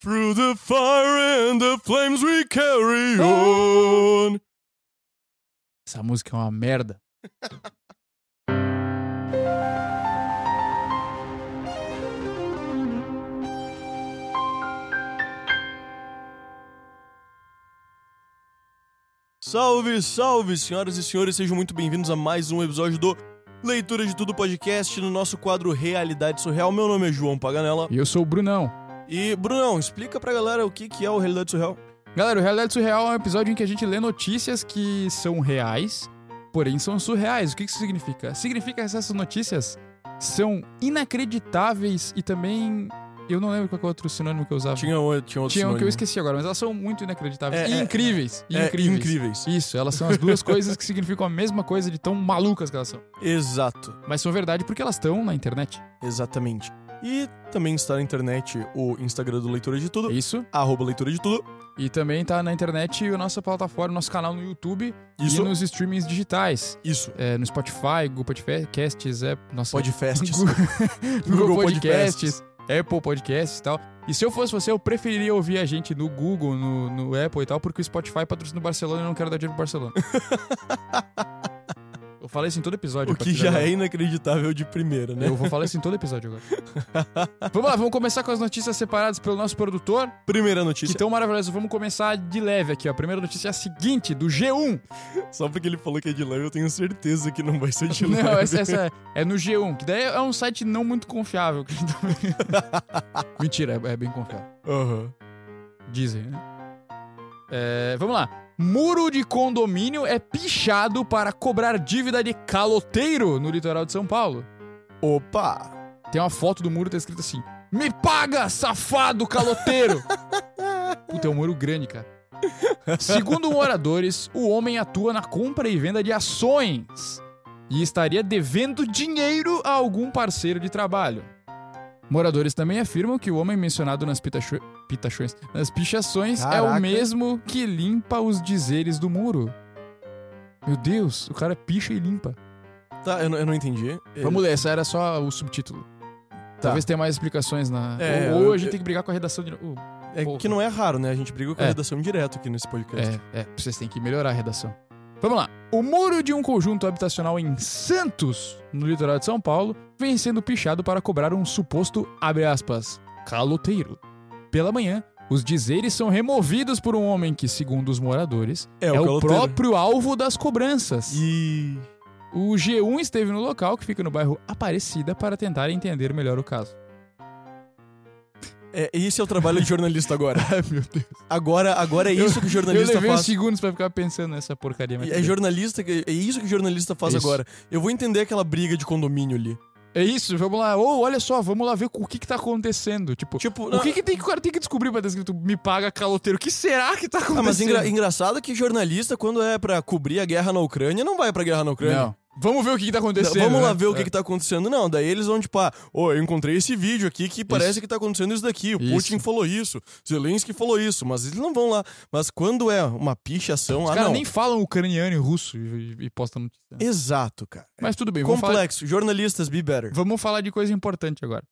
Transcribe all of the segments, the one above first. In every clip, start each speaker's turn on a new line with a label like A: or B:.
A: Through the fire and the flames we carry on.
B: Essa música é uma merda.
A: Salve, salve, senhoras e senhores, sejam muito bem-vindos a mais um episódio do Leitura de Tudo Podcast no nosso quadro Realidade Surreal. Meu nome é João Paganella.
B: E eu sou o Brunão.
A: E, Brunão, explica pra galera o que, que é o Realidade Surreal.
B: Galera, o Realidade Surreal é um episódio em que a gente lê notícias que são reais, porém são surreais. O que que isso significa? Significa que essas notícias são inacreditáveis e também. Eu não lembro qual que é o outro sinônimo que eu usava.
A: Tinha, o- tinha outro
B: Tinha um que eu
A: sinônimo.
B: esqueci agora, mas elas são muito inacreditáveis.
A: É,
B: e
A: é,
B: incríveis. e
A: É,
B: incríveis.
A: incríveis.
B: Isso, elas são as duas coisas que significam a mesma coisa de tão malucas que elas são.
A: Exato.
B: Mas são verdade porque elas estão na internet.
A: Exatamente. E também está na internet o Instagram do Leitura de
B: É
A: Tudo,
B: Isso.
A: arroba Leitura de Tudo.
B: E também tá na internet a nossa plataforma, nosso canal no YouTube
A: Isso,
B: e nos streamings digitais.
A: isso.
B: É, no Spotify, Google Podcasts, é, nossa,
A: Podfests.
B: Google, Google
A: Google
B: Podcasts, Apple Podcasts e tal. E se eu fosse você, eu preferiria ouvir a gente no Google, no, no Apple e tal, porque o Spotify patrocina o Barcelona e eu não quero dar dinheiro pro Barcelona. eu falei isso em todo episódio.
A: O
B: a
A: que
B: partir de
A: já
B: agora.
A: é inacreditável de primeira, né?
B: Eu vou falar isso em todo episódio agora. vamos lá, vamos começar com as notícias separadas pelo nosso produtor,
A: Primeira
B: que
A: notícia.
B: tão maravilhoso. Vamos começar de leve aqui, ó. A primeira notícia é a seguinte, do G1.
A: Só porque ele falou que é de leve, eu tenho certeza que não vai ser de leve.
B: Não, essa, essa é, é no G1, que daí é um site não muito confiável. que a gente tá vendo. Mentira, é, é bem confiável.
A: Aham.
B: Dizem, né? É, vamos lá. Muro de condomínio é pichado para cobrar dívida de caloteiro no litoral de São Paulo.
A: Opa!
B: Tem uma foto do muro tá escrito assim: Me paga, safado caloteiro! Puta, é um muro grande, cara. Segundo moradores, o homem atua na compra e venda de ações e estaria devendo dinheiro a algum parceiro de trabalho. Moradores também afirmam que o homem mencionado nas pitacho- pitachões, nas pichações é o
A: Caraca.
B: mesmo que limpa os dizeres do muro. Meu Deus, o cara picha e limpa.
A: Tá, eu não, eu não entendi. Ele-
B: Vamos ler, essa era só o subtítulo. Talvez tenha mais explicações na.
A: É,
B: ou, ou
A: eu-
B: a gente tem que brigar com a redação de. novo.
A: É que não é raro, né? A gente briga com a
B: É.
A: redação direto aqui nesse podcast.
B: É, é, vocês têm que melhorar a redação. Vamos lá. O muro de um conjunto habitacional em Santos, no litoral de São Paulo, vem sendo pichado para cobrar um suposto, abre aspas, caloteiro. Pela manhã, os dizeres são removidos por um homem que, segundo os moradores, é, o,
A: caloteiro.
B: próprio alvo das cobranças.
A: E.
B: O G1 esteve no local, que fica no bairro Aparecida, para tentar entender melhor o caso.
A: É, esse é o trabalho de jornalista agora.
B: Ai, meu Deus.
A: Agora, agora é
B: Eu-
A: isso que o
B: Eu
A: jornalista
B: levei uns
A: faz.
B: segundos pra ficar pensando nessa porcaria. mas
A: E É
B: tudo bem.
A: jornalista, que- é isso que o jornalista faz
B: Isso.
A: agora. Eu vou entender aquela briga de condomínio ali.
B: É isso, vamos lá. Ou olha só, vamos lá ver o que que tá acontecendo. Tipo,
A: Tipo,
B: o que que tem que o cara tem que descobrir pra ter escrito me paga caloteiro? O que será que tá acontecendo?
A: Ah, mas engra- engraçado que jornalista, quando é pra cobrir a guerra na Ucrânia, não vai pra guerra na Ucrânia.
B: Não. Vamos ver o que que tá
A: Não,
B: acontecendo.
A: Vamos lá
B: né?
A: ver o que,
B: É.
A: que tá acontecendo. Não, daí eles vão, tipo, ah, ô, eu encontrei esse vídeo aqui que parece que tá acontecendo isso daqui. O
B: Isso.
A: Putin falou isso, Zelensky falou isso, mas eles não vão lá. Mas quando é uma pichação,
B: Os
A: ah,
B: caras
A: não.
B: nem falam ucraniano e russo e, e, e postam notícia. né?
A: Exato, cara.
B: Mas tudo bem, vamos falar,
A: Complexo. Jornalistas, be better.
B: vamos falar de coisa importante agora.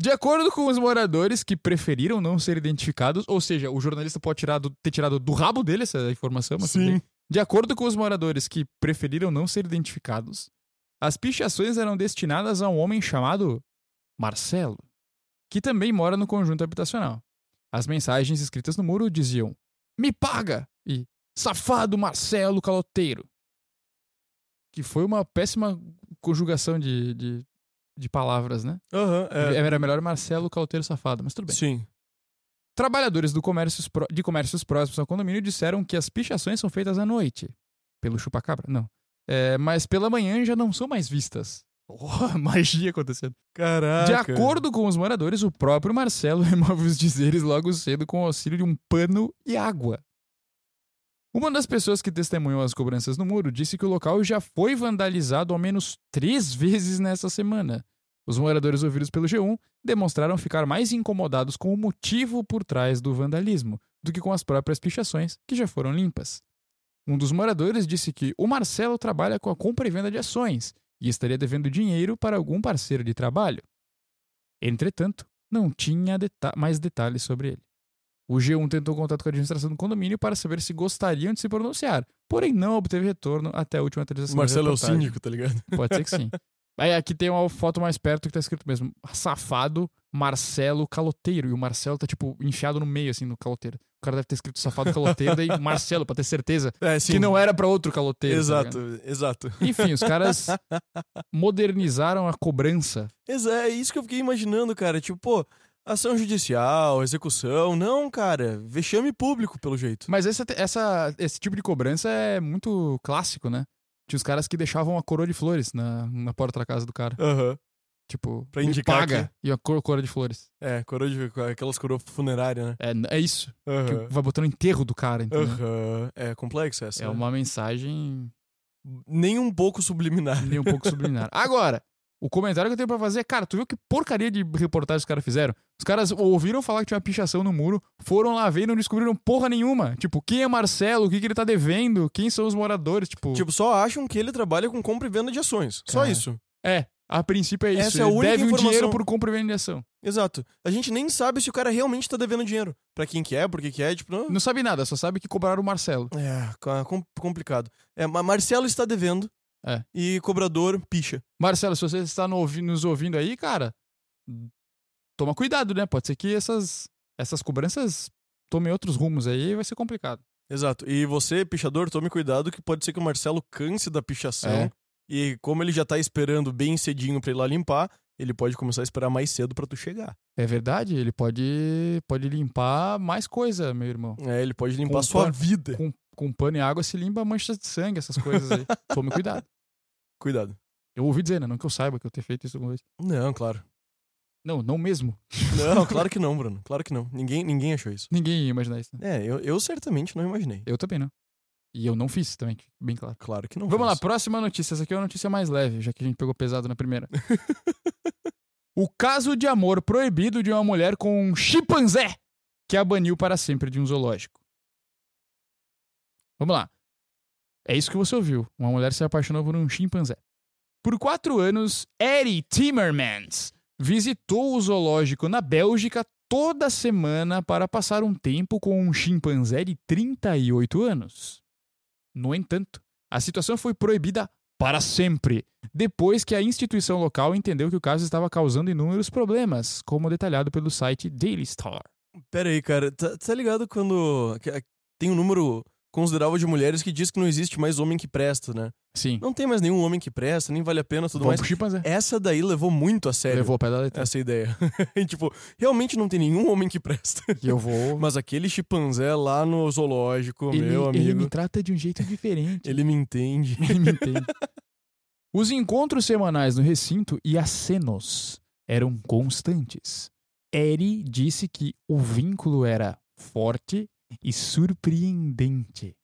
B: De acordo com os moradores que preferiram não ser identificados, ou seja, o jornalista pode tirar do- ter tirado do rabo dele essa informação, mas tudo bem. De acordo com os moradores que preferiram não ser identificados, as pichações eram destinadas a um homem chamado Marcelo, que também mora no conjunto habitacional. As mensagens escritas no muro diziam: Me paga! e Safado Marcelo Caloteiro. Que foi uma péssima conjugação de, de, de palavras, né?
A: Aham, é.
B: Era melhor Marcelo Caloteiro Safado, mas tudo bem.
A: Sim.
B: Trabalhadores do comércios pró- de comércios próximos ao condomínio disseram que as pichações são feitas à noite. Pelo chupacabra? Não. É, mas pela manhã já não são mais vistas. Oh, magia acontecendo.
A: Caraca.
B: De acordo com os moradores, o próprio Marcelo remove os dizeres logo cedo com o auxílio de um pano e água. Uma das pessoas que testemunhou as cobranças no muro disse que o local já foi vandalizado ao menos três vezes nessa semana. Os moradores ouvidos pelo G1 demonstraram ficar mais incomodados com o motivo por trás do vandalismo do que com as próprias pichações, que já foram limpas. Um dos moradores disse que o Marcelo trabalha com a compra e venda de ações e estaria devendo dinheiro para algum parceiro de trabalho. Entretanto, não tinha deta- mais detalhes sobre ele. O G1 tentou contato com a administração do condomínio para saber se gostariam de se pronunciar, porém não obteve retorno até a última atualização. da
A: Marcelo é o
B: reportagem.
A: síndico, tá ligado?
B: Pode ser que sim. Aí aqui tem uma foto mais perto que tá escrito mesmo: Safado Marcelo Caloteiro. E o Marcelo tá, tipo, enfiado no meio, assim, no caloteiro. O cara deve ter escrito Safado Caloteiro daí Marcelo, pra ter certeza
A: É, sim.
B: que não era pra outro caloteiro. tá
A: Exato,
B: ligado?
A: exato.
B: Enfim, os caras modernizaram a cobrança.
A: Exa- É isso que eu fiquei imaginando, cara. Tipo, pô, ação judicial, execução. Não, cara. Vexame público, pelo jeito.
B: Mas essa, essa- esse tipo de cobrança é muito clássico, né? Tinha os caras que deixavam a coroa de flores na, na porta da casa do cara.
A: Aham.
B: Tipo,
A: Pra
B: ele
A: indicar
B: paga e a cor- coroa de flores.
A: É, coroa de. Aquelas coroas funerárias, né?
B: É, é isso. Que
A: Aham.
B: vai botando o enterro do cara, entendeu?
A: Aham. É complexo essa.
B: Uhum. É uma mensagem
A: Nem um pouco subliminar.
B: nem um pouco subliminar. Agora, o comentário que eu tenho pra fazer é, cara, tu viu que porcaria de reportagem os caras fizeram? Os caras ouviram falar que tinha uma pichação no muro, foram lá ver e não descobriram porra nenhuma. Tipo, quem é Marcelo? O que, que ele tá devendo? Quem são os moradores? Tipo,
A: Tipo, só acham que ele trabalha com compra e venda de ações. Só
B: Cara.
A: isso.
B: é, a princípio é isso.
A: Essa é a
B: ele
A: única
B: deve um
A: informação.
B: dinheiro por compra e venda de ação.
A: Exato. A gente nem sabe se o cara realmente tá devendo dinheiro. Pra quem que é, por que que é, tipo, não.
B: Não sabe nada, só sabe que cobraram o Marcelo.
A: É, ca- com- complicado. É, Ma- Marcelo está devendo.
B: É.
A: E cobrador picha.
B: Marcelo, se você está no ouvi- nos ouvindo aí, cara, toma cuidado, né? Pode ser que essas, essas cobranças tomem outros rumos aí e vai ser complicado.
A: Exato. E você, pichador, tome cuidado que pode ser que o Marcelo canse da pichação.
B: É.
A: E como ele já tá esperando bem cedinho pra ir lá limpar, ele pode começar a esperar mais cedo pra tu chegar.
B: É verdade, ele pode, pode limpar mais coisa, meu irmão.
A: É, ele pode limpar
B: Com
A: sua
B: pano.
A: vida.
B: Com, com pano e água se limpa manchas de sangue, essas coisas aí. Tome cuidado.
A: Cuidado.
B: Eu ouvi dizer, né? Não que eu saiba que eu ter feito isso alguma vez.
A: Não, claro.
B: Não, não mesmo.
A: Não, claro que não, Bruno. Claro que não. Ninguém, ninguém achou isso.
B: Ninguém ia imaginar isso. Né?
A: É, eu, eu certamente não imaginei.
B: Eu também não. E eu não fiz também, que fique bem claro.
A: Claro que não.
B: Vamos lá,
A: fez.
B: próxima notícia. Essa aqui é uma notícia mais leve, já que a gente pegou pesado na primeira. o caso de amor proibido de uma mulher com um chimpanzé que a baniu para sempre de um zoológico. Vamos lá. É isso que você ouviu. Uma mulher se apaixonou por um chimpanzé. Por quatro anos, Eddie Timmermans visitou o zoológico na Bélgica toda semana para passar um tempo com um chimpanzé de 38 anos. No entanto, a situação foi proibida para sempre, depois que a instituição local entendeu que o caso estava causando inúmeros problemas, como detalhado pelo site Daily Star.
A: Pera aí, cara. Tá, tá ligado quando que- tem um número considerável de mulheres que diz que não existe mais homem que presta, né?
B: Sim.
A: Não tem mais nenhum homem que presta, nem vale a pena tudo
B: Vamos
A: mais.
B: pro chimpanzé.
A: Essa daí levou muito a sério
B: Levou a pé da letra.
A: essa ideia. E, tipo, realmente não tem nenhum homem que presta.
B: E eu vou.
A: Mas aquele chimpanzé lá no zoológico,
B: ele,
A: meu
B: ele
A: amigo,
B: me trata de um jeito diferente.
A: ele me entende.
B: Ele me entende. Os encontros semanais no recinto e acenos eram constantes. Eri disse que o vínculo era forte e surpreendente.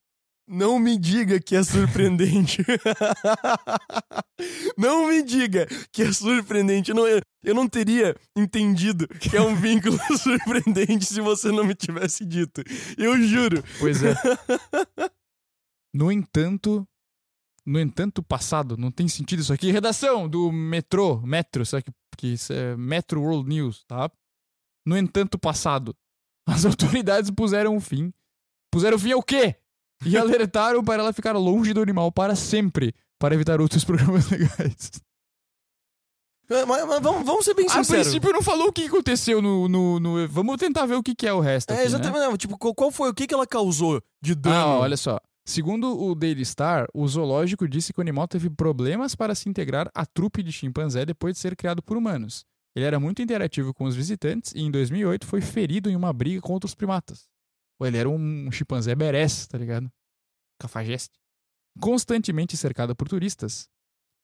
A: Não me diga que é surpreendente. não me diga que é surpreendente. Eu não, eu não teria entendido que é um vínculo surpreendente se você não me tivesse dito. Eu juro.
B: Pois é. No entanto, no entanto passado, não tem sentido isso aqui. Redação do Metrô, Metro, será que, que isso é Metro World News, tá? No entanto passado, as autoridades puseram um fim. Puseram fim ao quê? E alertaram para ela ficar longe do animal para sempre, para evitar outros programas legais.
A: Mas, mas vamos, vamos ser bem
B: A
A: sinceros.
B: princípio não falou o que aconteceu no... no, no- vamos tentar ver o que, que é o resto aqui,
A: É,
B: né?
A: exatamente. não, Tipo, qual, qual foi? O que, que ela causou de dano?
B: Ah, ó, olha só. Segundo o Daily Star, o zoológico disse que o animal teve problemas para se integrar à trupe de chimpanzé depois de ser criado por humanos. Ele era muito interativo com os visitantes e, em 2008, foi ferido em uma briga contra os primatas. Pô, ele era um chimpanzé berés, tá ligado? Cafajeste. Constantemente cercado por turistas,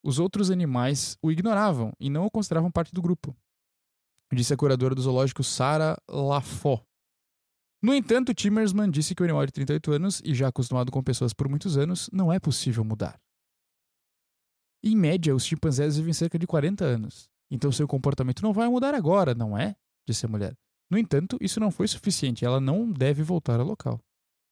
B: os outros animais o ignoravam e não o consideravam parte do grupo, disse a curadora do zoológico Sarah Lafaux. No entanto, Timmersman disse que o animal de 38 anos, e já acostumado com pessoas por muitos anos, não é possível mudar. Em média, os chimpanzés vivem cerca de 40 anos, então seu comportamento não vai mudar agora, não é? Disse a mulher. No entanto, isso não foi suficiente, ela não deve voltar ao local.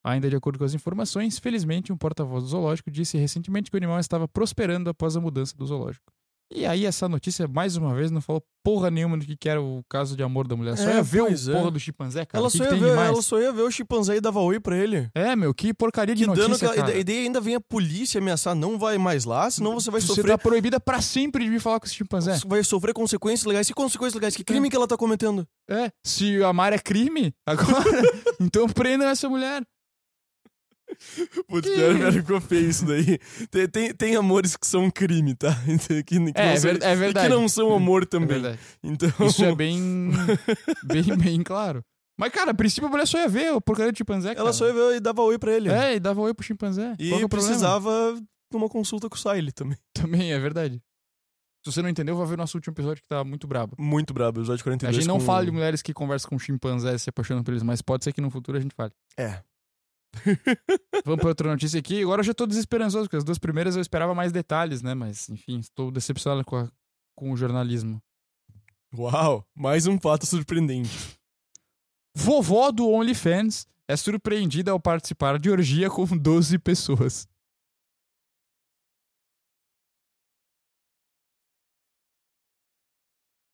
B: Ainda de acordo com as informações, felizmente, um porta-voz do zoológico disse recentemente que o animal estava prosperando após a mudança do zoológico. E aí essa notícia, mais uma vez, não falou porra nenhuma do que que era o caso de amor da mulher. Só
A: É,
B: ia ver o
A: pois é.
B: porra do chimpanzé, cara.
A: ela,
B: o que,
A: só
B: que
A: ia
B: tem
A: ver,
B: demais?
A: ela só ia ver o chimpanzé e dava oi pra ele.
B: É, meu, que porcaria de
A: Que dano que
B: notícia,
A: ela...
B: cara.
A: E daí ainda vem a polícia ameaçar, não vai mais lá, senão você tá- é. vai
B: Você
A: sofrer.
B: tá proibida pra sempre de vir falar com esse chimpanzé.
A: Vai sofrer consequências legais. Que consequências legais? Que crime que ela tá cometendo?
B: É, se amar é crime, agora, então prendam essa mulher. É
A: Putz,
B: Que-
A: pior, pior que ficou feio isso daí. Tem, tem, tem amores que são crime, tá? Que, que não
B: É, é
A: são-
B: ver- é
A: e
B: verdade.
A: que não são amor
B: É
A: também.
B: verdade.
A: então.
B: Isso é bem, bem, bem claro. Mas, cara, a princípio a mulher só ia ver o porcaria do chimpanzé, cara.
A: Ela só ia ver e dava oi pra ele.
B: É, e dava oi pro chimpanzé.
A: E
B: Qual que é o problema?
A: precisava de uma consulta com o Siley também.
B: Também, é verdade. Se você não entendeu, vai ver nosso último episódio que tá muito brabo.
A: Muito brabo, episódio
B: A
A: 42.
B: gente não
A: com-
B: fala de mulheres que conversam com chimpanzés e se apaixonam por eles, mas pode ser que no futuro a gente fale.
A: É.
B: Vamos pra outra notícia aqui. Agora eu já tô desesperançoso, porque as duas primeiras eu esperava mais detalhes, né? Mas, enfim, estou decepcionado com, a- com o jornalismo.
A: Uau, mais um fato surpreendente.
B: Vovó do OnlyFans é surpreendida ao participar de orgia com 12 pessoas.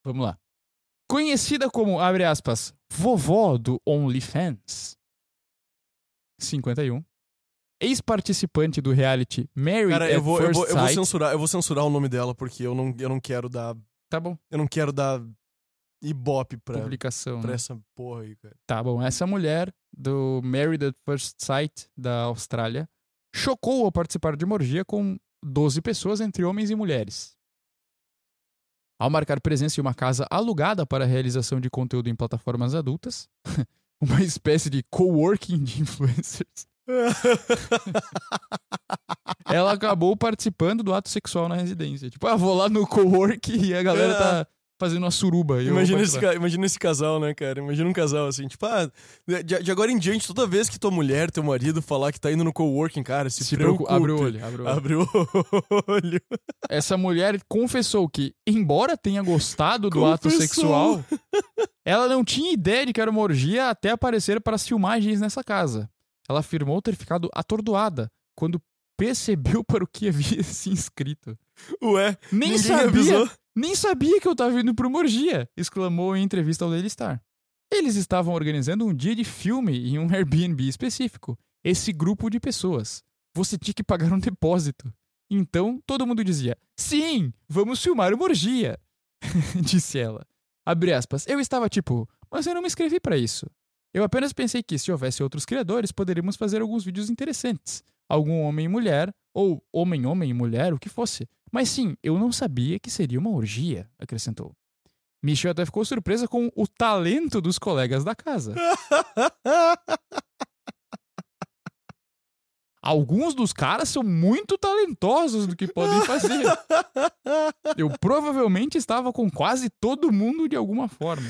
B: Vamos lá. Conhecida como, abre aspas, vovó do OnlyFans, 51, ex-participante do reality Mary
A: Cara,
B: at
A: eu vou, eu,
B: First
A: vou, eu vou
B: Sight.
A: censurar, eu vou censurar o nome dela, porque eu não, eu não quero dar.
B: Tá bom,
A: Eu não quero dar ibope pra,
B: publicação.
A: pra
B: né?
A: essa porra aí, cara.
B: Tá bom, essa mulher do Married at First Sight da Austrália chocou ao participar de uma orgia com 12 pessoas entre homens e mulheres. Ao marcar presença em uma casa alugada para a realização de conteúdo em plataformas adultas, uma espécie de coworking de influencers, ela acabou participando do ato sexual na residência. Tipo, ah, vou lá no coworking e a galera tá fazendo uma suruba. e eu vou
A: É. Imagina esse,
B: participar.
A: ca- imagina esse casal, né, cara? Imagina um casal assim, tipo, ah, de, de agora em diante, toda vez que tua mulher, teu marido falar que tá indo no coworking, cara, se,
B: Se preocu-
A: preocupe.
B: abre o olho, abre o olho.
A: Abre o olho.
B: essa mulher confessou que, embora tenha gostado do ato
A: Confessou.
B: sexual, ela não tinha ideia de que era uma orgia até aparecer para as filmagens nessa casa. Ela afirmou ter ficado atordoada quando percebeu para o que havia se inscrito.
A: Ué,
B: Nem
A: ninguém
B: sabia,
A: avisou.
B: nem sabia que eu estava indo para uma orgia, exclamou em entrevista ao Daily Star. Eles estavam organizando um dia de filme em um Airbnb específico. Esse grupo de pessoas. Você tinha que pagar um depósito. Então, todo mundo dizia: Sim, vamos filmar uma orgia, disse ela. Abre aspas. Eu estava tipo, mas eu não me inscrevi para isso. Eu apenas pensei que se houvesse outros criadores, poderíamos fazer alguns vídeos interessantes. Algum homem e mulher, ou homem, homem e mulher, o que fosse. Mas sim, eu não sabia que seria uma orgia, acrescentou. Michel até ficou surpresa com o talento dos colegas da casa. Alguns dos caras são muito talentosos do que podem fazer. Eu provavelmente estava com quase todo mundo de alguma forma.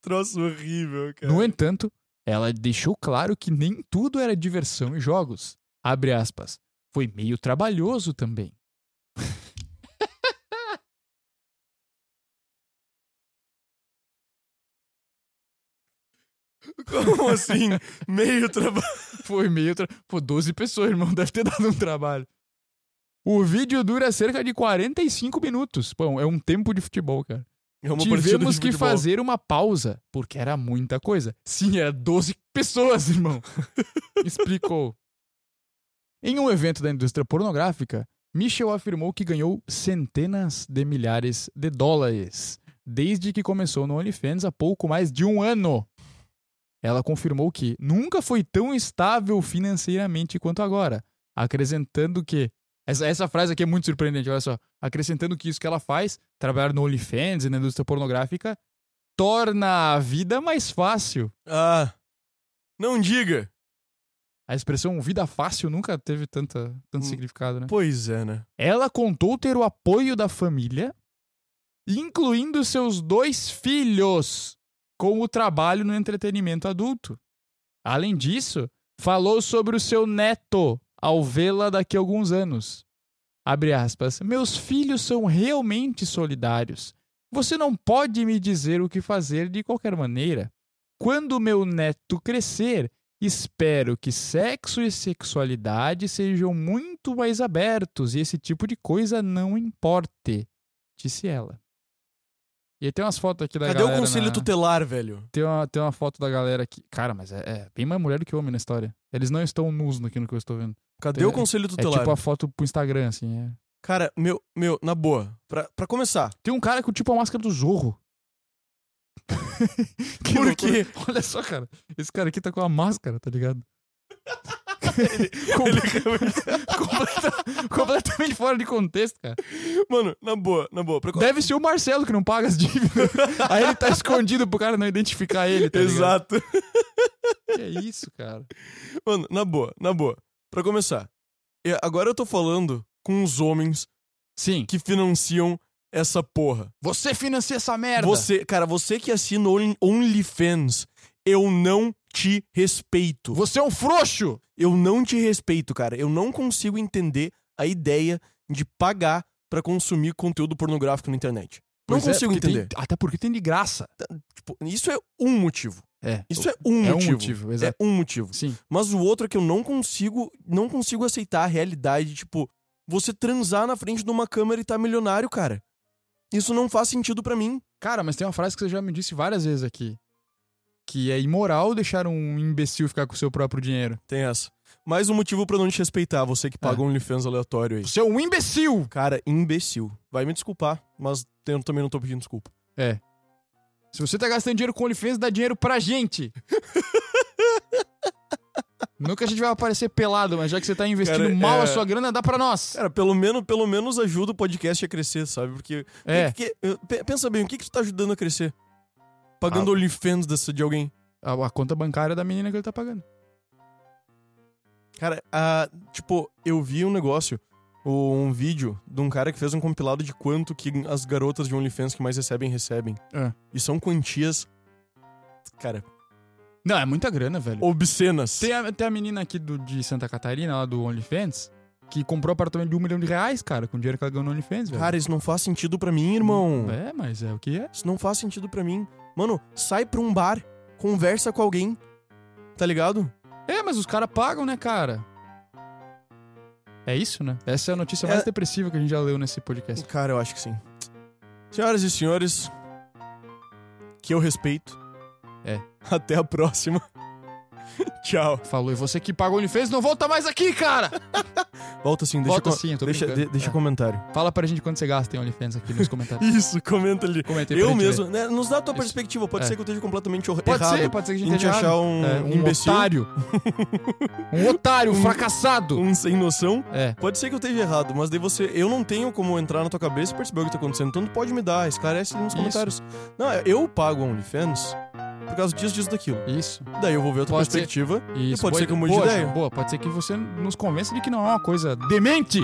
A: Troço horrível, cara.
B: No entanto, ela deixou claro que nem tudo era diversão e jogos. Abre aspas. Foi meio trabalhoso também.
A: Como assim? Meio trabalho.
B: Foi meio. Tra... Pô, 12 pessoas, irmão. Deve ter dado um trabalho. O vídeo dura cerca de 45 minutos. Pô, é um tempo de futebol, cara.
A: É uma partida
B: Tivemos
A: de
B: que
A: futebol.
B: fazer uma pausa, porque era muita coisa. Sim, era 12 pessoas, irmão. Explicou. Em um evento da indústria pornográfica, Michel afirmou que ganhou centenas de milhares de dólares desde que começou no OnlyFans há pouco mais de um ano. Ela confirmou que nunca foi tão estável financeiramente quanto agora, acrescentando que. Essa, essa frase aqui é muito surpreendente, olha só. Acrescentando que isso que ela faz, trabalhar no OnlyFans e na indústria pornográfica, torna a vida mais fácil.
A: Ah. Não diga.
B: A expressão vida fácil nunca teve tanta, tanto
A: Hum.
B: significado, né?
A: Pois é, né?
B: Ela contou ter o apoio da família, incluindo seus dois filhos, com o trabalho no entretenimento adulto. Além disso, falou sobre o seu neto ao vê-la daqui a alguns anos. Abre aspas. Meus filhos são realmente solidários. Você não pode me dizer o que fazer de qualquer maneira. Quando meu neto crescer Espero que sexo e sexualidade sejam muito mais abertos e esse tipo de coisa não importe, disse ela. E aí tem umas fotos aqui da
A: Cadê
B: galera. né?
A: o conselho
B: na-
A: tutelar, velho?
B: Tem uma, tem uma foto da galera aqui. Cara, mas é, é bem mais mulher do que homem na história. Eles não estão nus naquilo que eu estou vendo.
A: Cadê
B: Tem-
A: o conselho tutelar?
B: É tipo a foto pro Instagram, assim. é.
A: Cara, meu, meu, na boa, pra, pra começar.
B: Tem um cara com tipo a máscara do Zorro. Que
A: Por
B: loucura.
A: quê?
B: Olha só, cara. Esse cara aqui tá com a máscara, tá ligado?
A: Ele-
B: Completa- completamente fora de contexto, cara.
A: Mano, na boa, na boa. Pra...
B: Deve ser o Marcelo que não paga as dívidas. Aí ele tá escondido pro cara não identificar ele, tá ligado?
A: Exato.
B: Que é isso, cara.
A: Mano, na boa, na boa. Pra começar, eu- agora eu tô falando com os homens
B: Sim.
A: que financiam essa porra.
B: Você financia essa merda.
A: Você, cara, você que assina Only- OnlyFans, eu não te respeito.
B: Você é um frouxo.
A: Eu não te respeito, cara. Eu não consigo entender a ideia de pagar pra consumir conteúdo pornográfico na internet. Não
B: Pois é,
A: consigo
B: porque tem-
A: entender.
B: até porque tem de graça.
A: Tipo, isso é um motivo.
B: É.
A: Isso é um
B: é
A: motivo.
B: um motivo,
A: É
B: exato.
A: um motivo.
B: Sim.
A: Mas o outro é que eu não consigo, não consigo aceitar a realidade, tipo, você transar na frente de uma câmera e tá milionário, cara. Isso não faz sentido pra mim.
B: Cara, mas tem uma frase que você já me disse várias vezes aqui. Que é imoral deixar um imbecil ficar com o seu próprio dinheiro.
A: Tem essa. Mais um motivo pra não te respeitar, você que paga
B: É.
A: um OnlyFans aleatório aí.
B: Você é um imbecil!
A: Cara, imbecil. Vai me desculpar, mas eu também não tô pedindo desculpa.
B: Se você tá gastando dinheiro com OnlyFans, dá dinheiro pra gente. Nunca a gente vai aparecer pelado, mas já que você tá investindo
A: Cara,
B: mal
A: é-
B: a sua grana, dá pra nós.
A: Cara, pelo menos, pelo menos ajuda o podcast a crescer, sabe? Porque.
B: É,
A: que- que- pe- pensa bem, o que, que tu tá ajudando a crescer? Pagando OnlyFans dessa, de alguém.
B: a, a conta bancária da menina que ele tá pagando.
A: Cara, ah, tipo, eu vi um negócio, o- um vídeo de um cara que fez um compilado de quanto que as garotas de OnlyFans que mais recebem, recebem.
B: É.
A: E são quantias, cara,
B: Não, é muita grana, velho.
A: obscenas.
B: Tem a, tem a menina aqui do, de Santa Catarina, lá do OnlyFans, que comprou apartamento de um milhão de reais, cara, com o dinheiro que ela ganhou no OnlyFans, velho.
A: Cara, isso não faz sentido pra mim, irmão.
B: É, mas é o que é.
A: Isso não faz sentido pra mim. Mano, sai pra um bar, conversa com alguém, tá ligado?
B: É, mas os caras pagam, né, cara? É isso, né? Essa é a notícia mais
A: É.
B: depressiva que a gente já leu nesse podcast.
A: Cara, eu acho que sim. Senhoras e senhores, que eu respeito.
B: É.
A: Até a próxima. Tchau.
B: Falou, e você que pagou o OnlyFans não volta mais aqui, cara!
A: Volta sim, deixa
B: Volta
A: eu
B: sim, eu tô
A: Deixa,
B: brincando.
A: de- deixa
B: É.
A: comentário.
B: Fala pra gente quanto você gasta em OnlyFans aqui nos comentários.
A: Isso, comenta ali.
B: Comenta aí pra
A: Eu
B: gente ver.
A: mesmo, né? Nos dá a tua
B: Isso.
A: perspectiva. Pode
B: É.
A: ser que eu esteja completamente or-
B: Pode
A: errado.
B: ser, pode ser que a
A: A
B: gente
A: gente
B: esteja
A: achar
B: errado.
A: um,
B: É, um
A: imbecil,
B: otário. um otário, um
A: Um-
B: fracassado.
A: um sem noção.
B: É.
A: Pode ser que eu esteja errado, mas daí você. Eu não tenho como entrar na tua cabeça e perceber o que tá acontecendo. Então tu pode me dar, esclarece ali nos
B: Isso.
A: comentários. Não, eu pago a OnlyFans por causa disso, disso, daquilo.
B: Isso.
A: Daí eu vou ver a tua
B: Pode ser.
A: perspectiva.
B: Isso.
A: pode
B: boa,
A: ser que eu mude de
B: boa,
A: ideia.
B: Boa, pode ser que você nos convença de que não é uma coisa demente.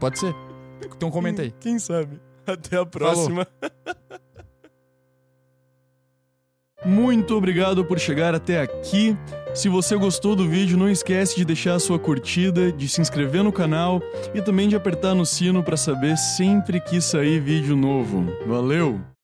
B: pode ser. Então comenta aí.
A: Quem sabe? Até a próxima. Muito obrigado por chegar até aqui. Se você gostou do vídeo, não esquece de deixar a sua curtida, de se inscrever no canal e também de apertar no sino para saber sempre que sair vídeo novo. Valeu!